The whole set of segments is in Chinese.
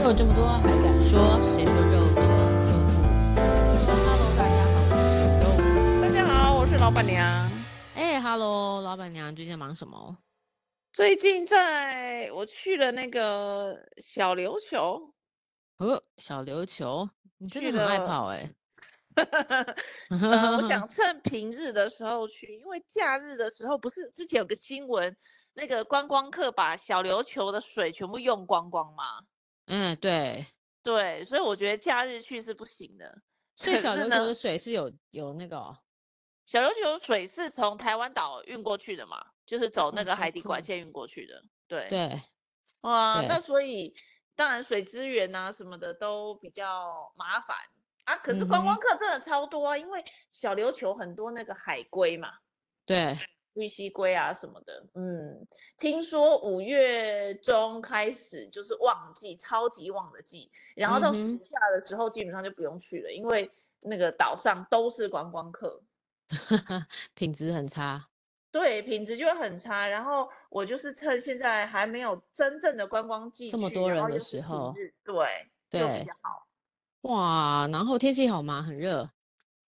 肉这么多啊还敢说？谁说肉多就不说？Hello，大家好，我是肉。大家好，我是老板娘。哎，Hello，老板娘，最近忙什么？最近在我去了那个小琉球，哦，小琉球，你真的去很爱了，跑哎、呃，我 想趁平日的时候去，因为假日的时候不是之前有个新闻，那个观光客把小琉球的水全部用光光嘛？ 嗯，对， 对，所以我觉得假日去是不行的。所以可小是琉球的呢，水是有有那个哦，小琉球水是从台湾岛运过去的嘛，哦就是走哇，那个超海底管酷，线运过去的。对。对哇，那对，所以当然水资源啊什么的都比较麻烦啊。可是嗯观光哼，客真的超多啊，因为小琉球很多那个海龟嘛，对，绿蜥龟啊什么的。嗯，听说五月中开始就是旺季，超级旺的季，然后嗯到暑哼。假的时候基本上就不用去了，因为那个岛上都是观光客。品质很差。对，品质就会很差。然后我就是趁现在还没有真正的观光季这么去，多然人后的又是时平候，日，对，就比对，较好，哇，然后天气好吗？很热，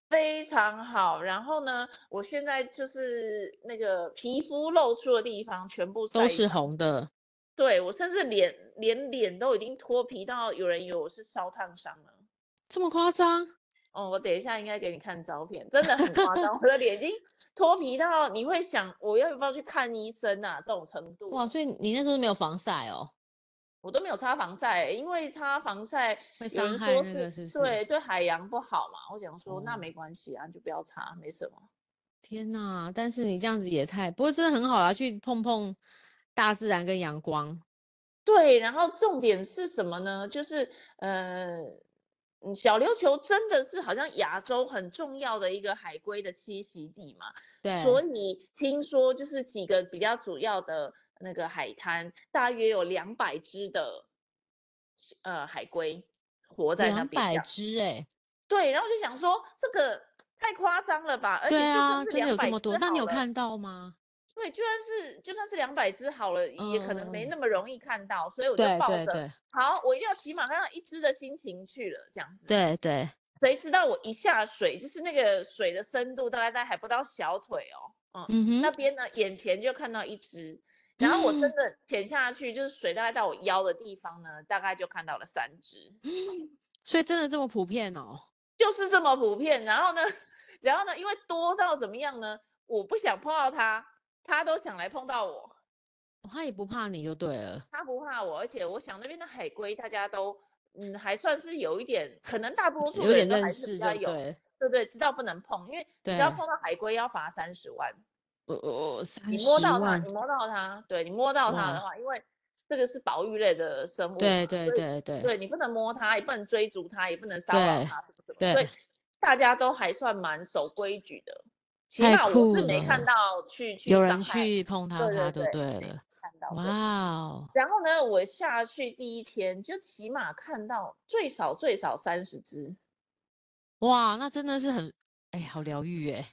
非常好。然后呢，我现在就是那个皮肤露出的地方全部都晒一是场，红的，对，我甚至脸连脸都已经脱皮到有人以为我是烧烫伤了。这么夸张？哦，我等一下应该给你看照片，真的很夸张， 我的脸已经脱皮到你会想我要不要去看医生啊这种程度哇，了。所以你那时候没有防晒哦，我都没有擦防晒，因为擦防晒会有伤人害说那个是是不是？对对海洋不好嘛，我想说那哦，没关系啊，你就不要擦，没什么。天呐，但是你这样子也太……不过真的很好啦，去碰碰大自然跟阳光。对，然后重点是什么呢？就是呃，嗯小琉球真的是好像亚洲很重要的一个海龟的栖息地嘛，所对，以听说就是几个比较主要的那个海滩，大约有两百只的呃海龟活在那两边这百样。只哎，对，然后我就想说这个太夸张了吧，而对且就算啊，是真的两有这百么多。只那你好有了，看到吗？对，就算是就算是两百只好了，也可能没嗯，那么容易看到，所以我就对抱对着对好，我一定要起码让一只的心情去了这样子。对对，谁知道我一下水，就是那个水的深度大概在还不到小腿哦，嗯，嗯那哼，边呢眼前就看到一只，然后我真嗯，的潜下去，就是水大概到我腰的地方呢，大概就看到了三只。所以真的这么普遍哦？就是这么普遍。然后呢，然后呢，因为多到怎么样呢？我不想碰到它，它都想来碰到我，哦他也不怕你就对了。它不怕我。而且我想那边的海龟，大家都嗯还算是有一点，可能大多数有的点人都认还是比识较就有，对，对不对？知道不能碰，因为你知道对，碰到海龟要罚三十万。我我三你摸十到它，万，你摸到它，对你摸到它的哇，话，因为这个是保育类的生物嘛，对对所以对对对你不能摸它，也不能追逐它，也不能骚扰对它，什么什么，所以对，大家都还算蛮守规矩的。起太码我酷是没看了！到去去有伤人害，去碰到对它对就对，对没了。看到哇对。哦，然后呢，我下去第一天就起码看到最少最少三十只，哇，那真的是很，哎，好疗愈哎。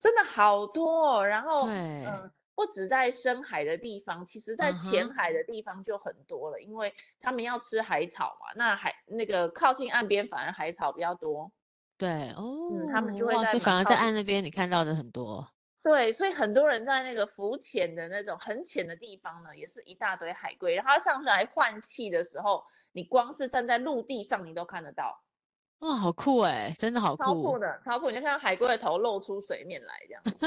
真的好多哦。然后，对，嗯、不止在深海的地方，其实在嗯浅哼，海的地方就很多了，因为他们要吃海草嘛。那海那个靠近岸边反而海草比较多，对嗯，他们哦，就会哇，在所以蛮反而在靠岸近。那边你看到的很多。对，所以很多人在那个浮潜的那种很浅的地方呢，也是一大堆海龟。然后上来换气的时候，你光是站在陆地上，你都看得到，哇，好酷哎，真的好超酷，酷的， 超酷！你就看到海龟的头露出水面来，这样子，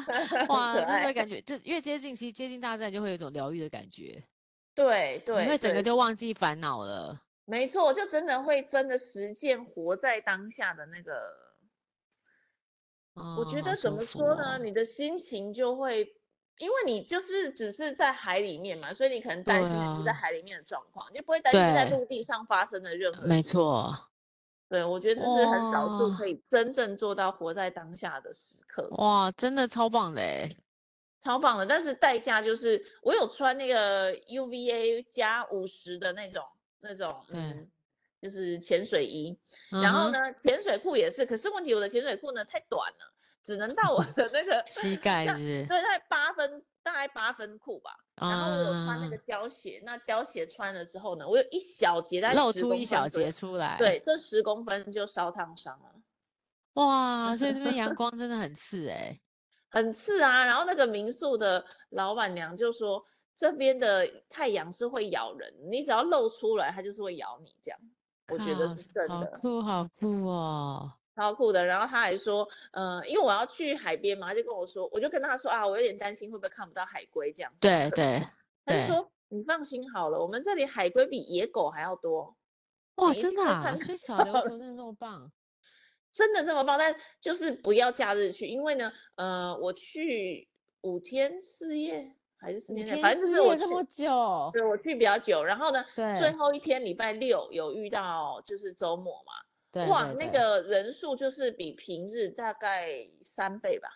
很可哇，真爱。的感觉就越接近，其实接近大自然就会有一种疗愈的感觉，对你对会整个对，就忘记烦恼了。没错，就真的会真的实践活在当下的那个，我嗯，觉好得怎舒么服说呢？哦。你的心情就会，因为你就是只是在海里面嘛，所以你可能对担心的是在啊，海里面的状况，你就不会担心在对，陆地上发生的任何没哦事情。错。对，我觉得这是很少数可哇以真正做到活在当下的时刻，哇，真的超棒的哎。超棒的。但是代价就是，我有穿那个 UVA 加五十的那种那种，对，嗯，就是潜水衣。嗯然后哼，呢，潜水裤也是，可是问题我的潜水裤呢太短了，只能到我的那个膝盖像，是对，在八分。大概八分裤吧，啊，然后我有穿那个胶鞋，那胶鞋穿了之后呢，我有一小节在露出一小节节，出来，对，，这十公分就烧烫伤了，哇，所以这边 阳光真的很刺哎、很刺啊。然后那个民宿的老板娘就说，这边的太阳是会咬人，你只要露出来，它就是会咬你这样。我觉得靠是真好的，酷，好酷哦，超酷的。然后他还说，嗯、因为我要去海边嘛，他就跟我说，我就跟他说啊，我有点担心会不会看不到海龟这样子。对对，他就对说你放心好了，我们这里海龟比野狗还要多，哇，你一真定的会啊，看所以小到琉 的球真的这么棒，真的这么棒。但就是不要假日去，因为呢，呃，我去五天四夜还是四五天天三夜，反正就四是夜我去这，么久，对我去比较久。然后呢，最对后一天礼拜六有遇到就是周末嘛，对哇，对那对个人数就是比平日大概三倍吧。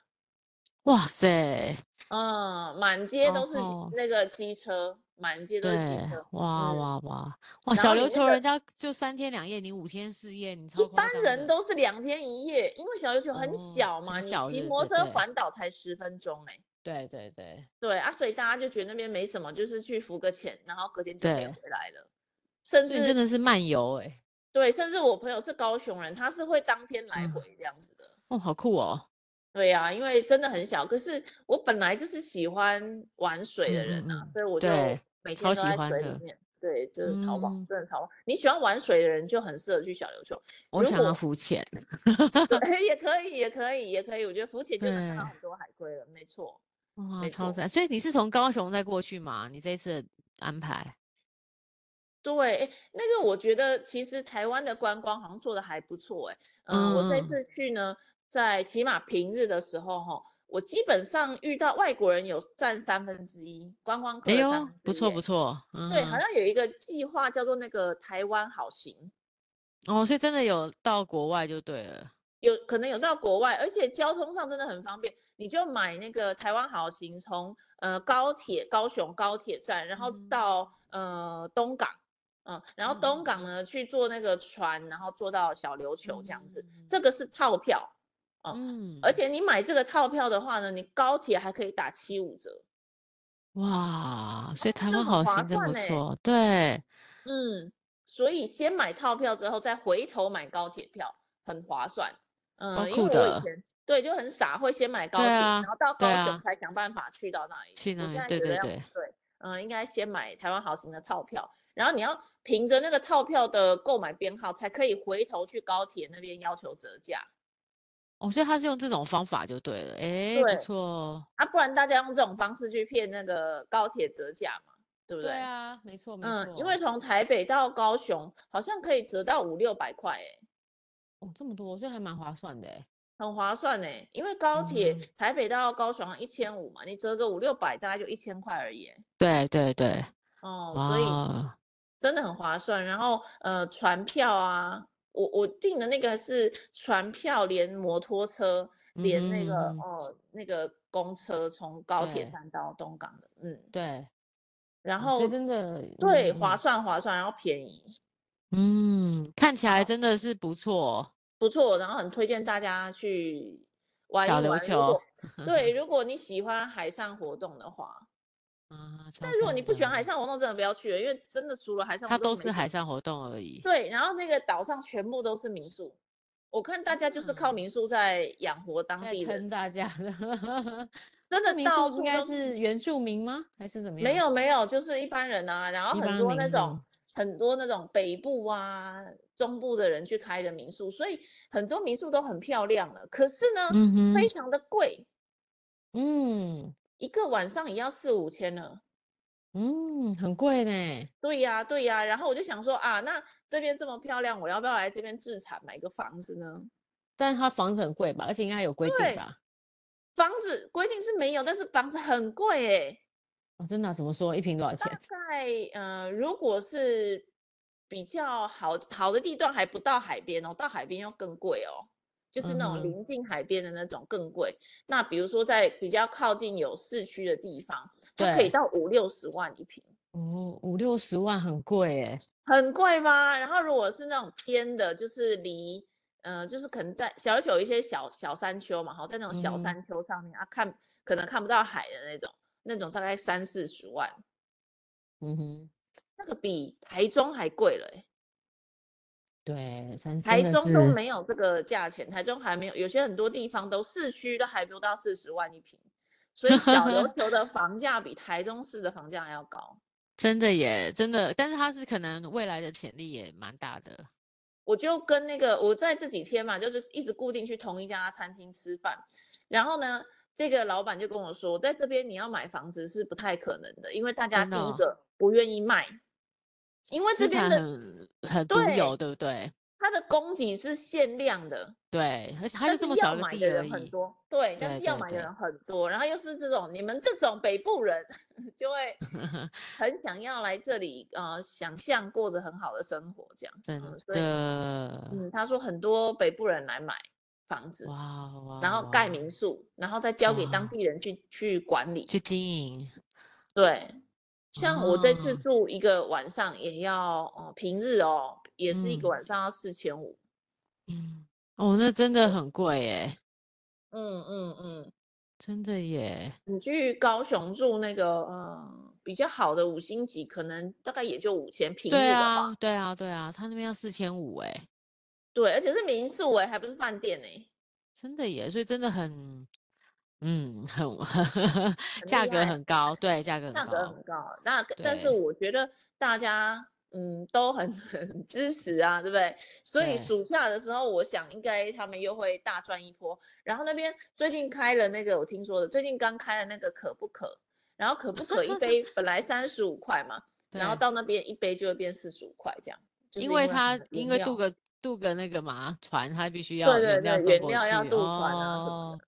哇塞，嗯，满街都是机哦那个机车，满街都是机对车，，哇哇嗯哇哇，然小后你琉那球个人家就三天两夜，你五天四夜，你超一夸般张人的都是两天一夜，因为小琉球很哦小很嘛，小你骑日摩子托车对环岛才十分钟哎、对对对对啊，所以大家就觉得那边没什么，就是去浮个潜，然后隔天就可以对回来了。甚所以你真至的是漫游哎、对，甚至我朋友是高雄人，他是会当天来嗯回这样子的。哦，好酷哦，对呀、因为真的很小，可是我本来就是喜欢玩水的嗯人啊，嗯嗯所以我就对每超天都喜在欢水的里面。对，真的超棒，嗯真的超棒。你喜欢玩水的人就很适合去小琉球，我如想要果浮潜， 对，也可以，也可以，也可以。我觉得浮潜就能看到对很多海龟了，没错。哇，没超错赞！所以你是从高雄再过去吗？你这一次的安排？对，诶那个我觉得其实台湾的观光好像做的还不错，哎，嗯，我这嗯次去呢，在起码平日的时候，哈，我基本上遇到外国人有占三分之一，观光客哎的呦三分，不之一错诶，不错，嗯对，好哼，像有一个计划叫做那个台湾好行，哦，所以真的有到国外就对了，有可能有到国外，而且交通上真的很方便，你就买那个台湾好行从呃高铁高雄高铁站，然后嗯到呃东港，嗯、然后嗯嗯东港呢去坐那个船，然后坐到小琉球这样子，这嗯个是套票，嗯，而且你买这个套票的话呢，你高铁还可以打七五折，哇，所以台哎这湾很好划行真不算哎呢错，对，嗯，所以先买套票之后再回头买高铁票，很划算。嗯、超因酷为我以哦的前对就很傻，会先买高对铁，啊然后到对高雄啊才想办法去到那里。去我那现里，在对觉对得要对，对，嗯、应该先买台湾好行的套票，然后你要凭着那个套票的购买编号，才可以回头去高铁那边要求折价哦，所以他是用这种方法就对了，哎，不对错哦，啊，不然大家用这种方式去骗那个高铁折价嘛，对不对啊，没错没嗯，因为错，从台北到高雄好像可以折到五六百块哎、哦，这么多，所以还蛮划算的欸诶，很划算呢，欸因为高铁嗯台北到高雄一千五嘛，你折个五六百，大概就一千块而已耶。对对对，哦，所以哇，真的很划算。然后呃，船票啊，我我订的那个是船票，连摩托车，嗯连哼那个嗯哼，哦那个公车，从高铁对站到东港的，嗯，对，然哦所以后真的，对，嗯划嗯算划算，然后便宜，嗯，看起来好真的是不错，不错，然后很推荐大家去玩小一琉玩。如球果， 对，如果你喜欢海上活动的话。啊，超但如果你赞不喜欢海的，上活动，真的不要去了，因为真的除了海上它活动都没是什海么。上活动而已，对，然后那个岛上全部都是民宿，我看大家就是靠嗯民宿在养活当在地人，撑大家的。真那的民到宿应处该都是原住民吗？还是怎么没样？有没有，就是一般人啊，然后一很般多那民种众很多那种北部啊、中部的人去开的民宿，所以很多民宿都很漂亮了，可是呢，嗯啊哼，非常的贵，嗯一个晚上也要四五千了。嗯，很贵呢。对呀，对呀，然后我就想说啊，那这边这么漂亮，我要不要来这边自产买个房子呢？但它房子很贵吧？而且应该有规定对，吧？房子规定是没有，但是房子很贵诶，哦，真的啊、怎么说？一瓶多少钱？大概呃，如果是比较好好的地段，还不到海边哦，到海边要更贵哦，就是嗯那种哼，临近海边的那种更贵。那比如说在比较靠近有市区的地方，它可以对，到五六十万一平。哦，五六十万很贵哎。很贵吗？然后如果是那种偏的，就是离，呃，就是可能在小琉球有一些小小山丘嘛，哈，在那种嗯小哼，山丘上面啊，看可能看不到海的那种，那种大概三四十万，嗯哼，那个比台中还贵了、欸。对，三台真的中都是没有这个价钱，台中还没有，有些很多地方都市区都还不到四十万一平，所以小 琉球的房价比台中市的房价还要高。真的耶，真的，但是它是可能未来的潜力也蛮大的。我就跟那个我在这几天嘛，就是一直固定去同一家餐厅吃饭，然后呢，这个老板就跟我说，在这边你要买房子是不太可能的，因为大家真第的一哦个不愿意卖，因为这资边产的很很独有，对不对？它的供给是限量的，对，而且它但就是这么要小个买地的而人很已，多，对，但对是要对买的对人很多，然后又是这种你们这种北部人 就会很想要来这里，呃，想象过着很好的生活这样，嗯，真所以，的，嗯，他说很多北部人来买房子，哇哇然后盖哇，民宿，然后再交给当哇地人去去管理，去经营对，像我这次哦，住一个晚上也要，呃，平日哦，也是一个嗯晚上要四千五。嗯，哦，那真的很贵耶，嗯嗯嗯，真的耶，你去高雄住那个嗯比较好的五星级，可能大概也就五千平对日的话，啊对啊对啊，他那边要四千五哎，对，而且是民宿哎、还不是饭店哎、真的耶，所以真的很，嗯，很 很价厉格害，很高，对，价格很价格高，很高。那个但是对我觉得大家嗯都很 很支持啊，对不对？所以对，暑假的时候，我想应该他们又会大赚一波。然后那边最近开了那个我听说的，最近刚开了那个可不可，然后可不可一 杯本来三十五块嘛，然后对。到那边一杯就会变四十五块这样，就因是因为为它他的因原为渡料。个渡个那个嘛船，他必须对要对原料对，送原过料要去渡船啊什么哦。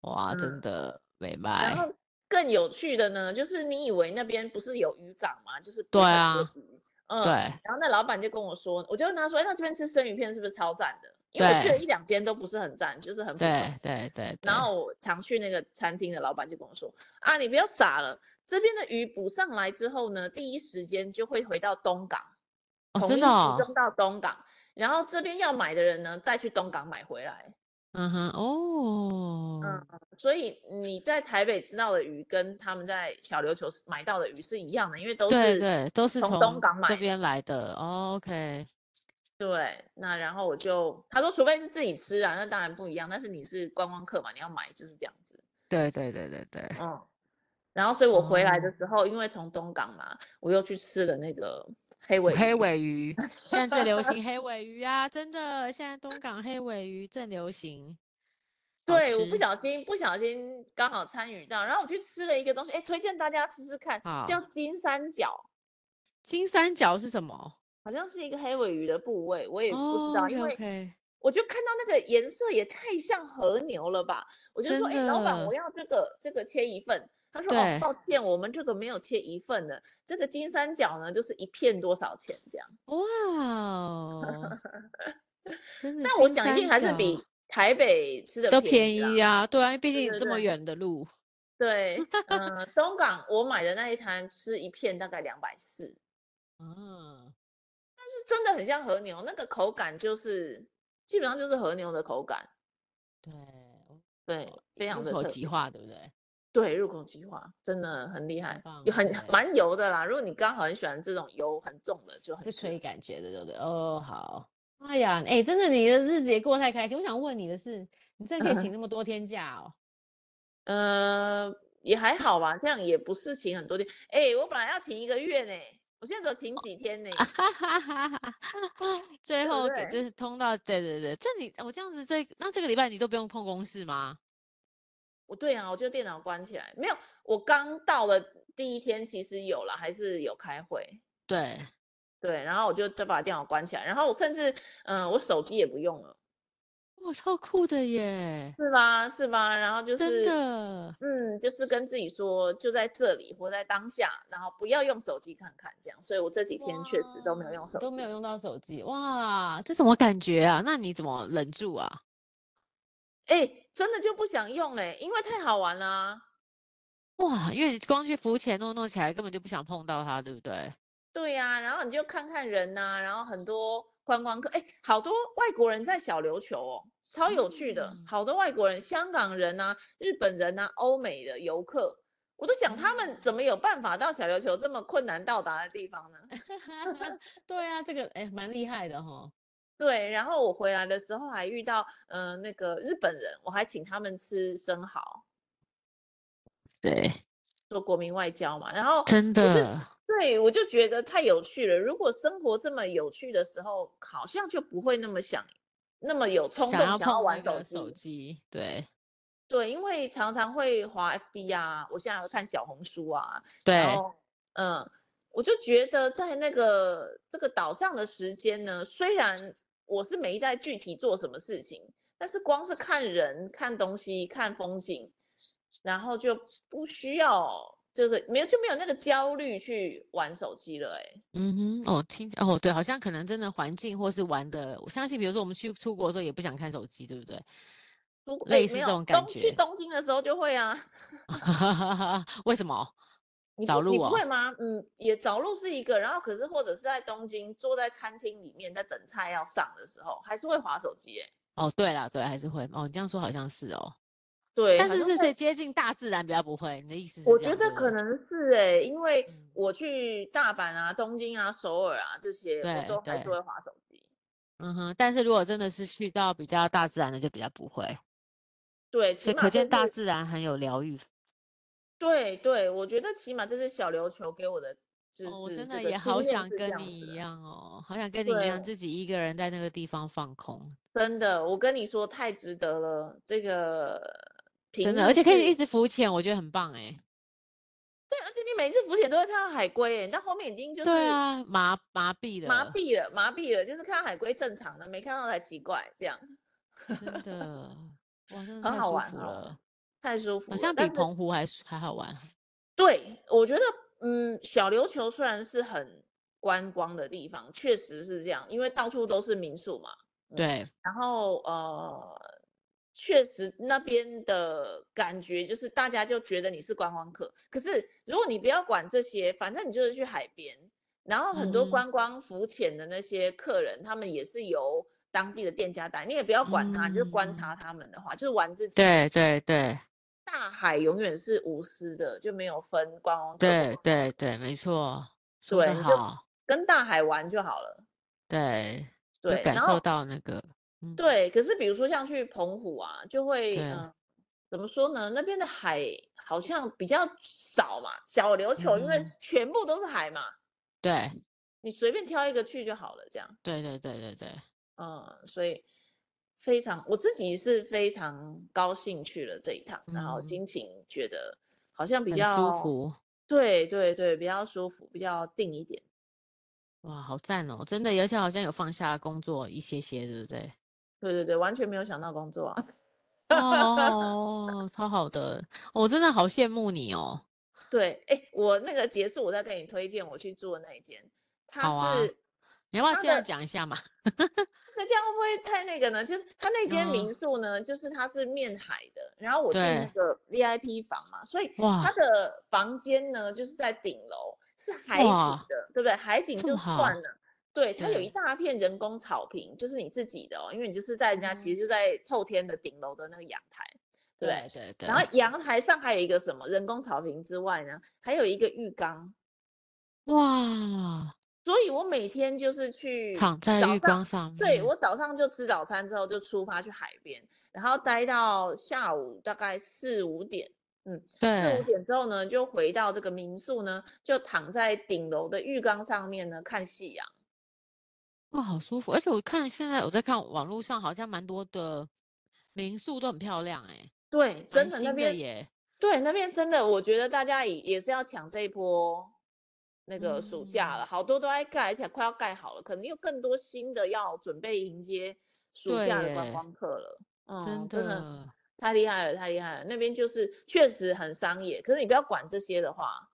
的，哇，真嗯。的美然白，后更有趣的呢，就是你以为那边不是有渔港吗？就是对有很多啊，鱼，嗯，对然后那老板就跟我说，我就问他说，哎，那这边吃生鱼片是不是超赞的？因为我去了对一两间都不是很赞，就是很普通。对对对嗯哦对，然后我常去那个餐厅的老板就跟我说，啊，你不要傻了，这边的鱼捕上来之后呢，第一时间就会回到东港，哦，统真的一集哦，中到东港，然后这边要买的人呢，再去东港买回来。嗯哼，哦，嗯，所以你在台北吃到的鱼跟他们在小琉球买到的鱼是一样的，因为都对是对，都是从东从港买这的。边来的。哦 OK，对，那然后我就他说，除非是自己吃啊，那当然不一样。但是你是观光客嘛，你要买就是这样子。对对对对对，嗯，然后所以我回来的哦，时候，因为从东港嘛，我又去吃了那个黑尾黑鱼。尾 鱼现在最流行黑尾鱼啊，真的，现在东港黑尾鱼正流行，好对，我不吃，小心不小心刚好参与到，然后我去吃了一个东西，哎，推荐大家吃吃看，叫好。金三角。金三角是什么？好像是一个黑尾鱼的部位，我也不知哦道， ，OK 因为 OK，我就看到那个颜色也太像和牛了吧，我就说，真哎，老板，我的，要这个这个切一份。他说，哦，对，抱歉，我们这个没有切一份的，这个金三角呢，就是一片多少钱这样。哇哦，真 的但我金想一定三还是角比台北吃的都便宜便啦。宜啊，对啊，毕对竟对这么对远的路，对，嗯、东港我买的那一摊吃一片大概两百四，嗯，但是真的很像和牛，那个口感就是基本上就是和牛的口感，对，对，非常入的口特即别。化，对不对？对，入口即化真的很厉很害，棒有很哎，蛮油的啦。如果你刚好很喜欢这种油很重的，就很是适可合。以感觉的，对不对？哦，好，哎呀，哎，真的，你的日子也过得太开心。我想问你的是，你真的可以 请那么多天假哦？呃，也还好吧，这样也不是请很多天。哎，我本来要请一个月呢，我现在只有请几天 呢，啊哈哈哈哈哈！ 最对不后给对？就是通到，对对对，这你我这样子这那这个礼拜你都不用碰公事吗？我对啊，我就电脑关起来，没有。我刚到了第一天，其实有了，还是有开会。对，对，然后我就再把电脑关起来，然后我甚至，嗯、我手机也不用了，哇，超酷的耶！是吧？是吧？然后就真是。的，嗯，就是跟自己说，就在这里，活在当下，然后不要用手机看看这样。所以我这几天确实都没有哇，用手都没有机。用到手机，哇，这什么感觉啊？那你怎么忍住啊？哎，真的就不想用哎，因为太好玩了啊。哇，因为你光去浮潜弄弄起来，根本就不想碰到它，对不 对？对呀、然后你就看看人呐、然后很多观光客，哎，好多外国人在小琉球哦，超有趣的，嗯，啊好多外国人，香港人呐、日本人呐、欧美的游客，我都想他嗯们怎么有办法到小琉球这么困难到达的地方呢？对啊，这个哎蛮厉害的哈。对，然后我回来的时候还遇到嗯、呃、那个日本人，我还请他们吃生蚝，对，做国民外交嘛。然后真我就的，对我就觉得太有趣了。如果生活这么有趣的时候，好像就不会那么想那么有冲动想要想要碰那玩个手手机，对对，因为常常会滑 FB 啊，我现在有看小红书啊，然对，后嗯，我就觉得在那个这个岛上的时间呢，虽然我是没在具体做什么事情，但是光是看人、看东西、看风景，然后就不需要这个没有就没有那个焦虑去玩手机了、欸，哎，嗯哼，哦，听哦，对，好像可能真的环境或是玩的，我相信，比如说我们去出国的时候也不想看手机，对不对？ 如果类哎似没这有种感东去觉，东京的时候就会啊。为什么？你找不路你不哦，会吗？嗯，也找路是一个，然后可是或者是在东京坐在餐厅里面在等菜要上的时候，还是会划手机欸耶、哦，对啦，对，还是会哦。你这样说好像是哦，对，但好是像是在最接近大自然比较不会。你的意思是我这觉样得对不对？可能是哎、因为嗯，我去大阪啊、东京啊、首尔啊这些，我对都还是对，会划手机。嗯哼。但是如果真的是去到比较大自然的，就比较不会。对，所起以可码这见大是自然很有疗愈。对对，我觉得起码这是小琉球给我的，就哦，我是真这的个也好经验想是这跟样子你一的。样哦，好想跟你一样，对，自己一个人在那个地方放空，真的，我跟你说太值得了，这个真平的，日而且可以一是。直浮潜，我觉得很棒哎。对，而且你每次浮潜都会看到海龟，你到后面已经就对是啊，麻麻痹麻了，痹了，麻痹了，就是看到海龟正常的，没看到才奇怪，这样 真的，哇，真的很太好舒玩，服很好玩，了，太舒好服了。像比但是澎湖还舒还好玩。对，我觉得，嗯，小琉球虽然是很观光的地方，确实是这样，因为到处都是民宿嘛，嗯，对，然后呃，确实那边的感觉就是大家就觉得你是观光客，可是如果你不要管这些，反正你就是去海边，然后很多嗯观光浮潜的那些客人，他们也是由当地的店家带，你也不要哼，管他，你就观嗯，察他们的话，就是玩自己。对对对大海永远是无私的，就没有分观光客不对观光对客。对，没错，说对，得你就好，跟大海玩就好了。对，就对，感然受后到那个，嗯，对，可是比如说像去澎湖啊，就会对，嗯、怎么说呢？那边的海好像比较少嘛，小琉嗯球因为哼，全部都是海嘛，对你随便挑一个去就好了，这样。对对对对对，嗯，所以非常我自己是非常高兴去了这一趟，然后嗯，心情觉得好像比很舒较服，对对对，比较舒服，比较定一点。哇，好赞哦，真的，嗯而且好像有放下工作一些些，对不 对？对对对，完全没有想到工作啊。哦，好好哦，超好的，我真的好羡慕你哦。对，哎，我那个结束，我再跟你推荐我去住的那一间，它好啊，是你要不要它现在的，讲一下嘛？那这样会不会太那个呢？就是它那间嗯，民宿呢，就是它是面海的，然后我订那对，个 VIP 房嘛，所以它哇的房间呢就是在顶楼，是海景哇，的，对不对？海景这就么算好，了。对，它有一对，大片人工草坪，就是你自己的哦，因为你就是在人家其嗯，实就在透天的顶楼的那个阳台，对不对？对对然后对，阳台上还有一个什么人工草坪之外呢，还有一个浴缸，哇，所以我每天就是去躺在早浴上，缸上对，面，我早上就吃早餐之后就出发去海边，然后待到下午大概四五点，嗯，四五对，点之后呢就回到这个民宿呢，就躺在顶楼的浴缸上面呢看夕阳。哇，好舒服。而且我看现在我在看网络上，好像蛮多的民宿都很漂亮，哎，对，蛮真的那新的边，耶。对那边真的，我觉得大家也也是要抢这一波那个暑假了，嗯，好多都在盖，而且快要盖好了，可能有更多新的要准备迎接暑对假的观耶，光客了。真嗯，真的的，太厉害了，太厉害了！那边就是确实很商业，可是你不要管这些的话，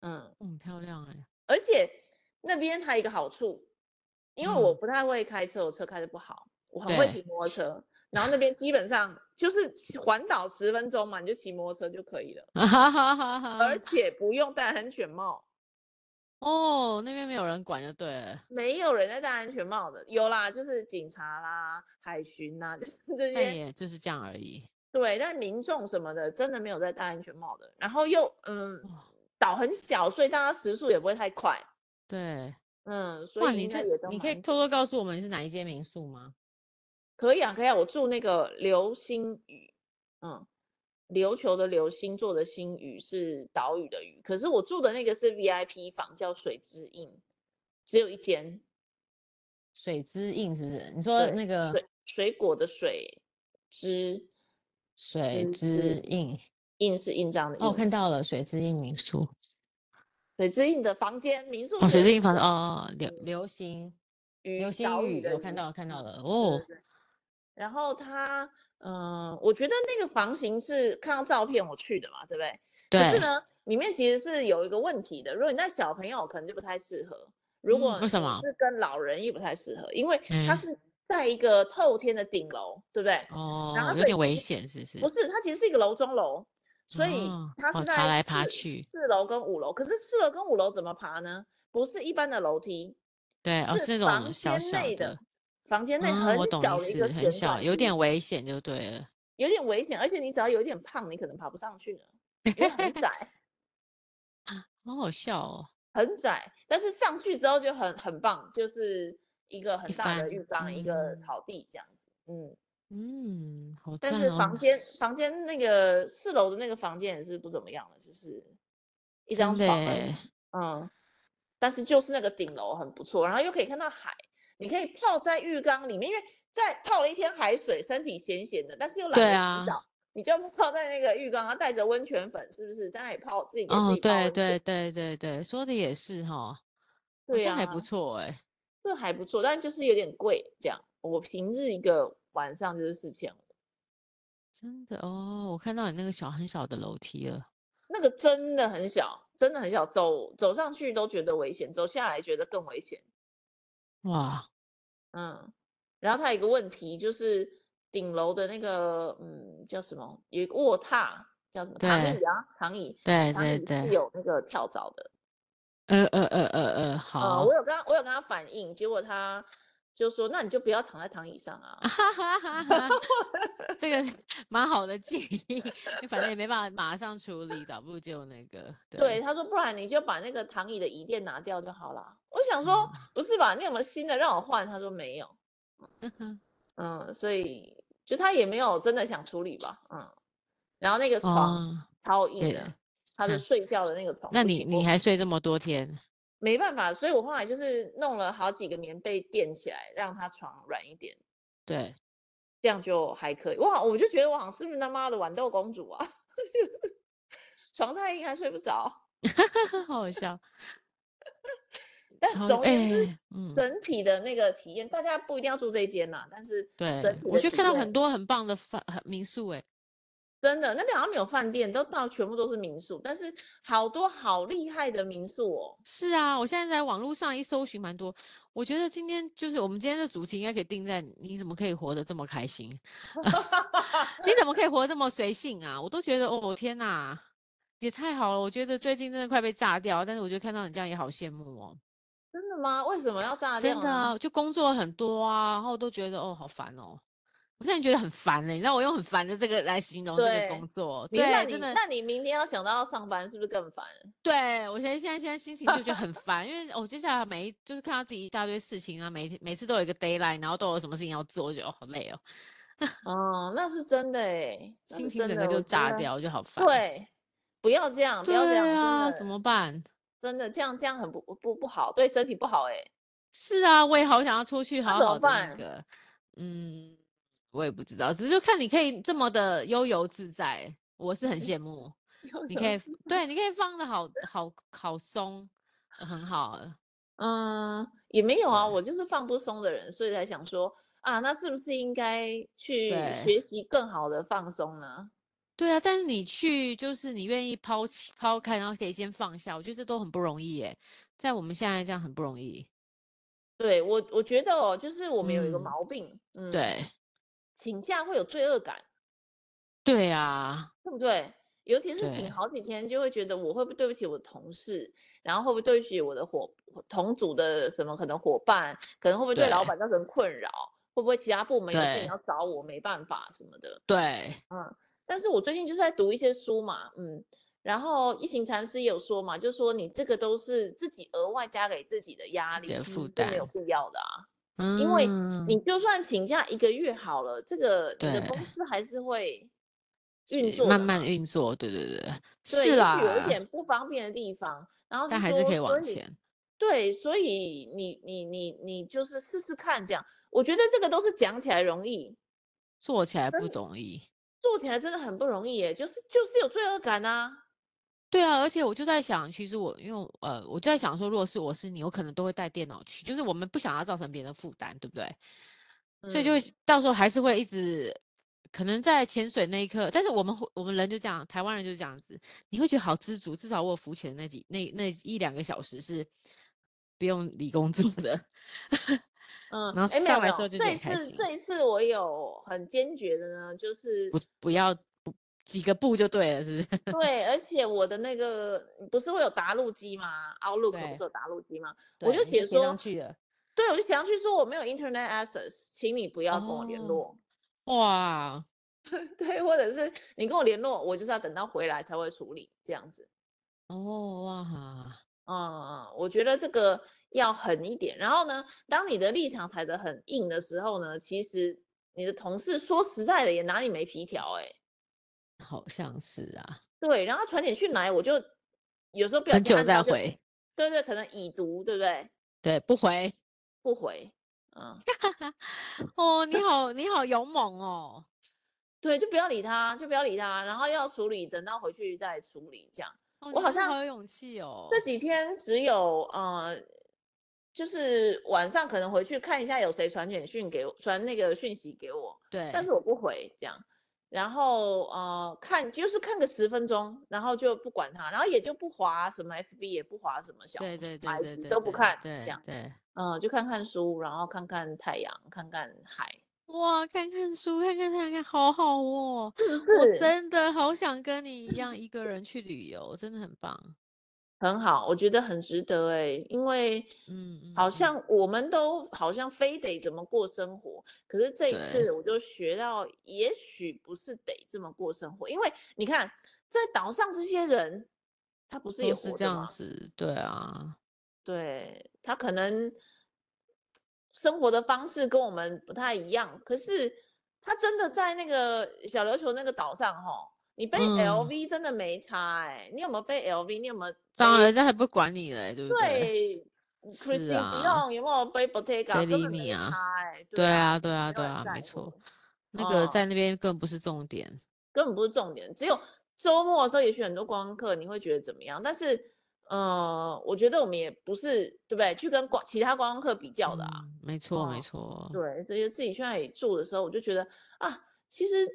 嗯，很漂亮哎，而且那边还有一个好处，因为我嗯，不太会开车，我车开的不好，我很会对，骑摩托车。然后那边基本上就是骑环岛十分钟嘛，你就骑摩托车就可以了，哈哈哈哈 而哈。且不用戴安全帽，哦，那边没有人管就对了，没有人在戴安全 帽的。有啦，就是警察啦、海巡啦，就是这但些。也就是这样而已。对，但民众什么的真的没有在戴安全帽的，然后又嗯哇，岛很小，所以大家时速也不会太快，对，嗯，所哇，以你应该这也都你可以蛮偷偷告诉我们你是哪一间民宿吗？可以啊，可以啊，我住那个流星雨，嗯，琉球的流星座的星雨是岛屿的屿，可是我住的那个是 VIP 房，叫水之印，只有一间，水之印是不是？你说对呃那个水水果的水之水之之印，印是印章的印，哦，我看到了水之印民 宿，水之印的房间民宿哦，水的之印房子，哦，哦流流星屿流星岛雨，的嗯我看屿到了看到了，对哦，对对然后它，嗯、我觉得那个房型是看到照片我去的嘛，对不对？可哦对是，呢，里面其实是有一个问题的，如果你带小朋友，可能就不太适合；如嗯果为什你么是跟老人，也不太适合，因为它嗯是在一个透天的顶楼，对不对？然哦后，有水点危之险是不是不？是，它其实是一个楼中楼，所以哦它哦是在爬来爬四去，四楼跟五楼。可是四楼跟五楼怎么爬呢？不是一般的楼梯，对，哦，是是那种房小间小内的的，，房间内啊，很我懂小你的一个嗯是很旋小，转有梯，点危险就对了。有点危险，而且你只要有一点胖，你可能爬不上去呢，因 为很窄。好好笑哦，很窄，但是上去之后就很很棒，就是一个很一大的番浴缸，一个嗯草地这样子。嗯，嗯，好但赞是哦，房间房间那个四楼的那个房间也是不怎么样的，就是一张真的床而已耶，嗯，但是就是那个顶楼很不错，然后又可以看到海，你可以泡在浴缸里面，因为在泡了一天海水，身体咸咸的，但是又懒对得洗啊澡，你就泡在那个浴缸，然后带着温泉粉，是不是？在那里泡，自己给自哦，己泡对温泉，对对对对，说的也是哈，好对啊像还呀、不错哎，这还不错，但就是有点贵。这样，我平日一个晚上就是四千五，真的哦，我看到你那个小很小的楼梯了，那个真的很小，真的很小，走走上去都觉得危险，走下来觉得更危险。哇，嗯，然后它有一个问题就是顶楼的那个嗯叫什么，有一个卧榻叫什么躺对椅啊，躺椅，对躺对椅是对，有那个跳蚤的。呃呃呃呃呃，呃，好，我有跟他我有跟他反映，结果他就说那你就不要躺在躺椅上啊。哈哈哈哈， 这个蛮好的建议，反正也没办法马上处理，倒不如就那个，对，对，他说不然你就把那个躺椅的椅垫拿掉就好啦。我想说嗯，不是吧？你有没有新的让我换？他说没有，嗯，所以就他也没有真的想处理吧，嗯。然后那个床哦，超硬对的的，他的哼睡觉的那个床那不你行，你我还睡这么多天，没办法，所以我后来就是弄了好几个棉被垫起来，让他床软一点，对， 这样就还可以。我好，我就觉得我好像是不是他妈的豌豆公主啊？ 就是床太硬还睡不着。好好笑，但超总而言之，哎，嗯。整体的那个体验，大家不一定要住这一间啦，但是整对，体我的就体看到验很多很棒的饭很民宿，哎，真的那边好像没有饭店，都到全部都是民宿，但是好多好厉害的民宿哦。是啊，我现在在网络上一搜寻蛮多，我觉得今天就是我们今天的主题应该可以定在你怎么可以活得这么开 心， 你怎么可以活得这么随性啊？我都觉得哦天哪，也太好了，我觉得最近真的快被炸掉，但是我觉得看到你这样也好羡慕哦，真的吗？为什么要炸真掉的呢？啊，就工作很多啊，然后都觉得哦好烦哦，我现在觉得很烦欸了，你让我用很烦的这个来形容这个对工作，你那对，你真的。那你明天要想到要上班，是不是更烦？对，我现在现在现在心情就 觉得很烦，因为我接下来每一就是看到自己一大堆事情啊，每天每次都有一个 d a y l i n e 然后都有什么事情要做，就哦好累哦，哦，那是真的哎，那心是情真整个的，我就觉炸得掉，就好烦。对，不要这样，不要这样，对真啊，怎的么办？真的这样这样很不不不好，对身体不好哎。 是啊，我也好想要出去那好怎么好的那办？个，嗯，我也不知道，只是就看你可以这么的悠游自在，我是很 羡慕。有你可有以，对，你可以放的好好好松，呃很好。 嗯，也没有啊，对我就是放不松的人，所以才想说啊，那是不是应该去对，学习更好的放松呢？对啊，但是你去，就是你愿意抛弃、抛开，然后可以先放下，我觉得这都很不容易耶，在我们现在这样很不容易。对，我，我觉得哦，就是我们有一个嗯，毛病，嗯，对，请假会有罪恶感，对啊，对不对？尤其是请对，好几天，就会觉得我会不会对不起我的同事，然后会不会对不起我的伙同组的什么可能伙伴，可能会不会对老对，板造成困扰，会不会其他部门有事对情要找我，没办法什么的。对，但是我最近就是在读一些书嘛，嗯，然后一行禅师也有说嘛，就说你这个都是自己额外加给自己的压自力，己的其负实是没有担必要的啊。嗯，为你就算请假一个月好了，这个你的对公司还是会运作慢的慢嘛运作，对对对，对是就啦，有一点不方便的地方，然后但就还是说可以往。所以前。对，所以你你你你就是试试看这样，我觉得这个都是讲起来容易，做起来真不的容易。做起来真的很不容易耶，就是就是有罪恶感啊。对啊，而且我就在想，其实我因为我呃，我就在想说，如果是我是你，我可能都会带电脑去，就是我们不想要造成别人的负担，对不对？所以就会嗯到时候还是会一直，可能在潜水那一刻，但是我们会我们人就这样，台湾人就这样子，你会觉得好知足，至少我有浮潜的那几那那一两个小时是不用理工作的，嗯，然后哎，没上有来没有，之后就觉这得一很开次心这一次我有很坚决的呢，就 是不不要不几个步就对了，是不 是？对，而且我的那个不是会有答录机吗？Outlook 不对是有答录机吗？我就对你写说上，去了，对，我就写上去说我没有 Internet access，请你不要跟我联哦络。哇， 对，或者是你跟我联络，我就是要等到回来才会处理这样子。哦哇。嗯，我觉得这个要狠一点。然后呢，当你的立场踩得很硬的时候呢，其实你的同事说实在的也拿你没皮条哎、好像是啊，对，然后他传简讯来，我就有时候不小很心久按再到就，回，对对，可能已读，对不对？对，不 回。不回，嗯，哦，你好，你好勇猛哦。对，就不要理他，就不要理他，然后要处理，等到回去再处理这样。哦，我你好真的像好有勇气哦。这几天只有呃，就是晚上可能回去看一下有谁传简讯给我，传那个讯息给我，对，但是我不回这样。然后呃，看就是看个十分钟，然后就不管他，然后也就不划什么 FB，也不划什么小对对对牌对子对，都不对看，对这样，对。嗯、就看看书，然后看看太阳，看看海，哇，看看书，看看看看，好好哦！是不我是真的好想跟你一样，一个人去旅游，真的很棒。很好？我觉得很值得哎、因为嗯嗯，好嗯像我们都好像非得怎么过生活，可是这一对次我就学到，也许不是得这么过生活，因为你看在岛上这些人，他不是也都是活这着样吗？子，对啊，对，他可能生活的方式跟我们不太一样，可是他真的在那个小琉球那个岛上吼，你被嗯 LV 真的没差哎、你有没有被 LV？你有没有当然被人家还不管你嘞，对不对？对嗯是 Christian 啊 Dior 有没有被 Bottega？谁根理本你没啊差哎、对啊，啊，对啊，没有对人啊，在没错乎，，那个嗯在那边更不是重点。根本不是重点，只有周末的时候，也许很多观光客你会觉得怎么样？但是，呃，我觉得我们也不是对不对？去跟观其他观光客比较的啊。嗯，没错，没哦错。对，所以自己去那里住的时候，我就觉得啊，其实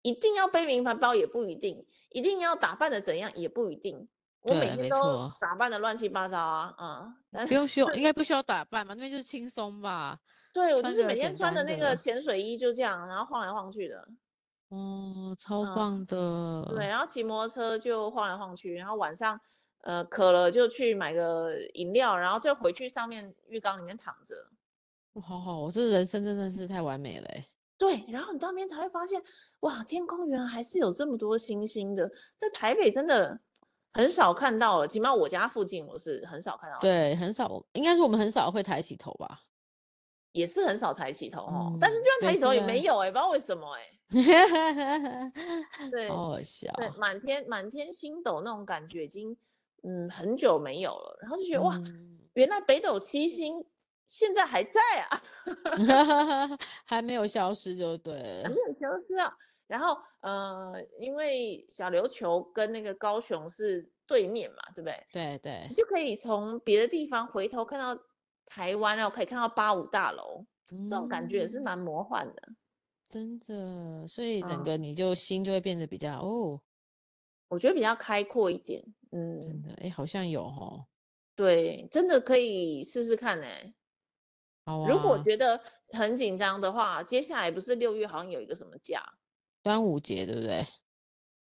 一定要背名牌包也不一定，一定要打扮的怎样也不一定。我每对天没都错打扮的乱七八糟啊，嗯，但不是用需要， 应该不需要打扮吧？那边就是轻松吧。对我就穿是个每天简穿的单那个的潜水衣就这样，然后晃来晃去的，哦，超嗯棒的。对，然后骑摩托车就晃来晃去，然后晚上呃渴了就去买个饮料，然后就回去上面浴缸里面躺着，哇好好，我这人生真的是太完美了欸。对，然后你到那边才会发现，哇，天空原来还是有这么多星星的，在台北真的很少看到了，起码我家附近我是很少看到，，对，很少，应该是我们很少会抬起头吧。也是很少抬起头哦。但是嗯就算对抬起是头也的没有哎、不知道为什么哎、对好好笑。对，满天满天星斗那种感觉已经嗯很久没有了，然后就觉得哇，嗯 原来北斗七星现在还在啊， 还没有消失就对了还没。有消失啊。然后呃，因为小琉球跟那个高雄是对面嘛，对不对？对对你，就可以从别的地方回头看到台湾，然后可以看到八五大楼，这种感觉也是嗯蛮魔幻的。真的，所以整嗯个你就心就会变得比较哦，我觉得比较开阔一点，真嗯，的，哎，好像有哦。对，真的可以试试看呢、好如果啊，觉得很紧张的话，接下来不是六月好像有一个什么假？端午节对不对？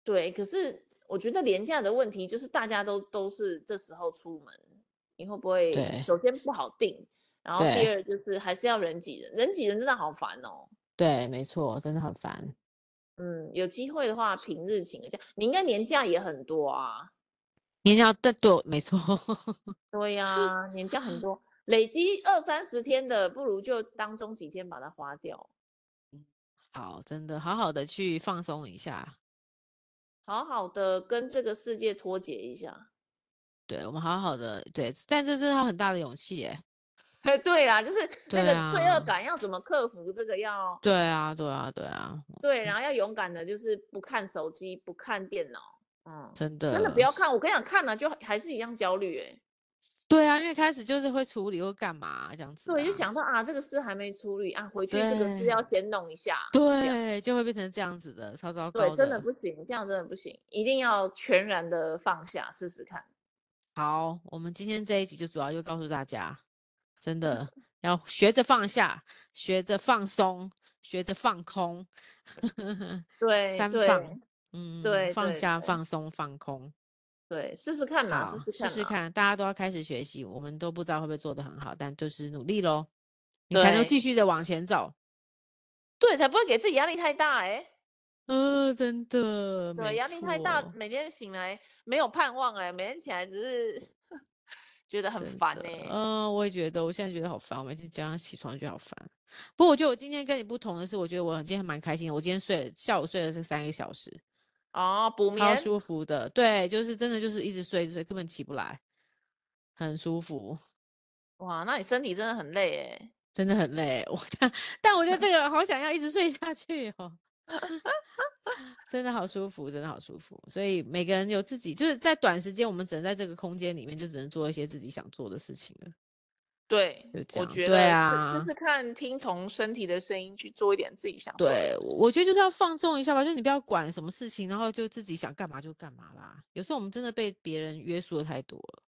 对，可是我觉得廉价的问题就是大家都都是这时候出门，你会不会对首先不好定，然后第对二就是还是要人挤人，人挤人真的好烦哦。对，没错，真的很烦。嗯，有机会的话，平日请个假，你应该年假也很多啊。年假对对，没错，对呀、年假很多，累积二三十天的，不如就当中几天把它花掉，好，真的好好的去放松一下。好好的跟这个世界脱节一下。对我们好好的，对，但这真的要很大的勇气耶。哎， 对啊，就是那对个罪恶啊感要怎么克服，这个要对啊，对啊，对啊，对，然后要勇敢的，就是不看手机，不看电脑，嗯，真的，真的不要看。我跟你讲，看了就还是一样焦虑、欸，对啊，因为开始就是会处理或干嘛这样子、啊，对，就想到啊，这个事还没处理啊，回去这个事要先弄一下，这样对，就会变成这样子的，超糟糕对，真的不行，这样真的不行，一定要全然的放下，试试看。好，我们今天这一集就主要就告诉大家，嗯真的要学着放下，学着放松，学着放空，对，三对放嗯，对放对下、对放松、放空。对，试试看嘛，好，试试试看嘛。看，大家都要开始学习，我们都不知道会不会做得很好，但就是努力喽，你才能对继续的往前走。对，才不会给自己压力太大哎、呃，真的，对，没压力太大，错每天醒来没有盼望哎、每天起来只是 觉得很真烦的哎、嗯，我也觉得，我现在觉得好烦，我每天早上起床就好烦。不过我觉得我今天跟你不同的是，我觉得我今天还蛮开心的，我今天睡了下午睡了是三个小时，哦，补超眠，舒服的。对，就是真的就是一直睡一直睡，根本起不来，很舒服，哇，那你身体真的很累哎、真的很累。我但但我觉得这个好想要一直睡下去哦。 真的好舒服，真的好舒服。所以每个人有自己，就是在短时间，我们只能在这个空间里面，就只能做一些自己想做的事情了。对就，这我样觉对得啊就就是看听从身体的声音去做一点自己想做的对，我觉得就是要放纵一下吧，就你不要管什么事情，然后就自己想干嘛就干嘛啦。有时候我们真的被别人约束的太多了，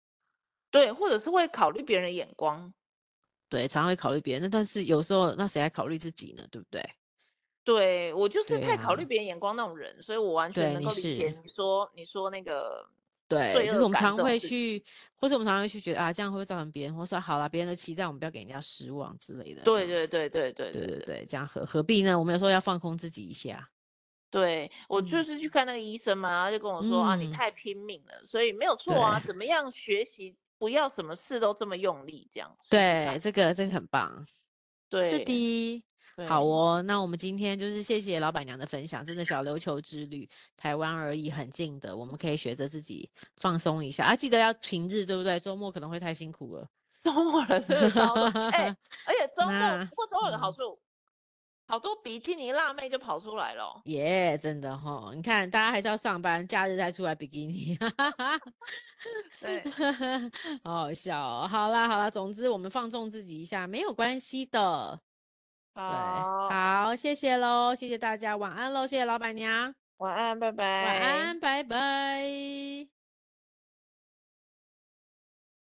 对，或者是会考虑别人的眼光，对，常会考虑别人，那但是有时候那谁还考虑自己呢？对不对？对我就对是太考啊虑别人眼光那种人，所以我完全对能你够理解是你说你说那个对，罪就是恶我们感常这种会事情去，或者我们常会去觉得啊，这样会不会造成别人，或说好啦，别人的期待我们不要给人家失望之类的。这对样对子对对对对对对对对，这样何何必呢？我们有时候要放空自己一下。对，我就嗯是去看那个医生嘛，他就跟我说啊，你嗯太拼命了，所以没有错啊，对怎么样学习不要什么事都这么用力，这样试试对，看，这个这个很棒。是对的。对，好哦，那我们今天就是谢谢老板娘的分享，真的小琉球之旅，台湾而已，很近的，我们可以学着自己放松一下啊，记得要平日，对不对？周末可能会太辛苦 了。 周末人真的 超多，哎、而且周末那不过周末有个好嗯处，好多比基尼辣妹就跑出来了哦。耶真的哈、你看大家还是要上班，假日才出来比基尼，哈哈哈。 对 好好笑哦。好啦好啦，总之我们放纵自己一下，没有关系的。对，好，好，谢谢喽，谢谢大家，晚安喽，谢谢老板娘，晚安，拜拜。晚安，拜拜。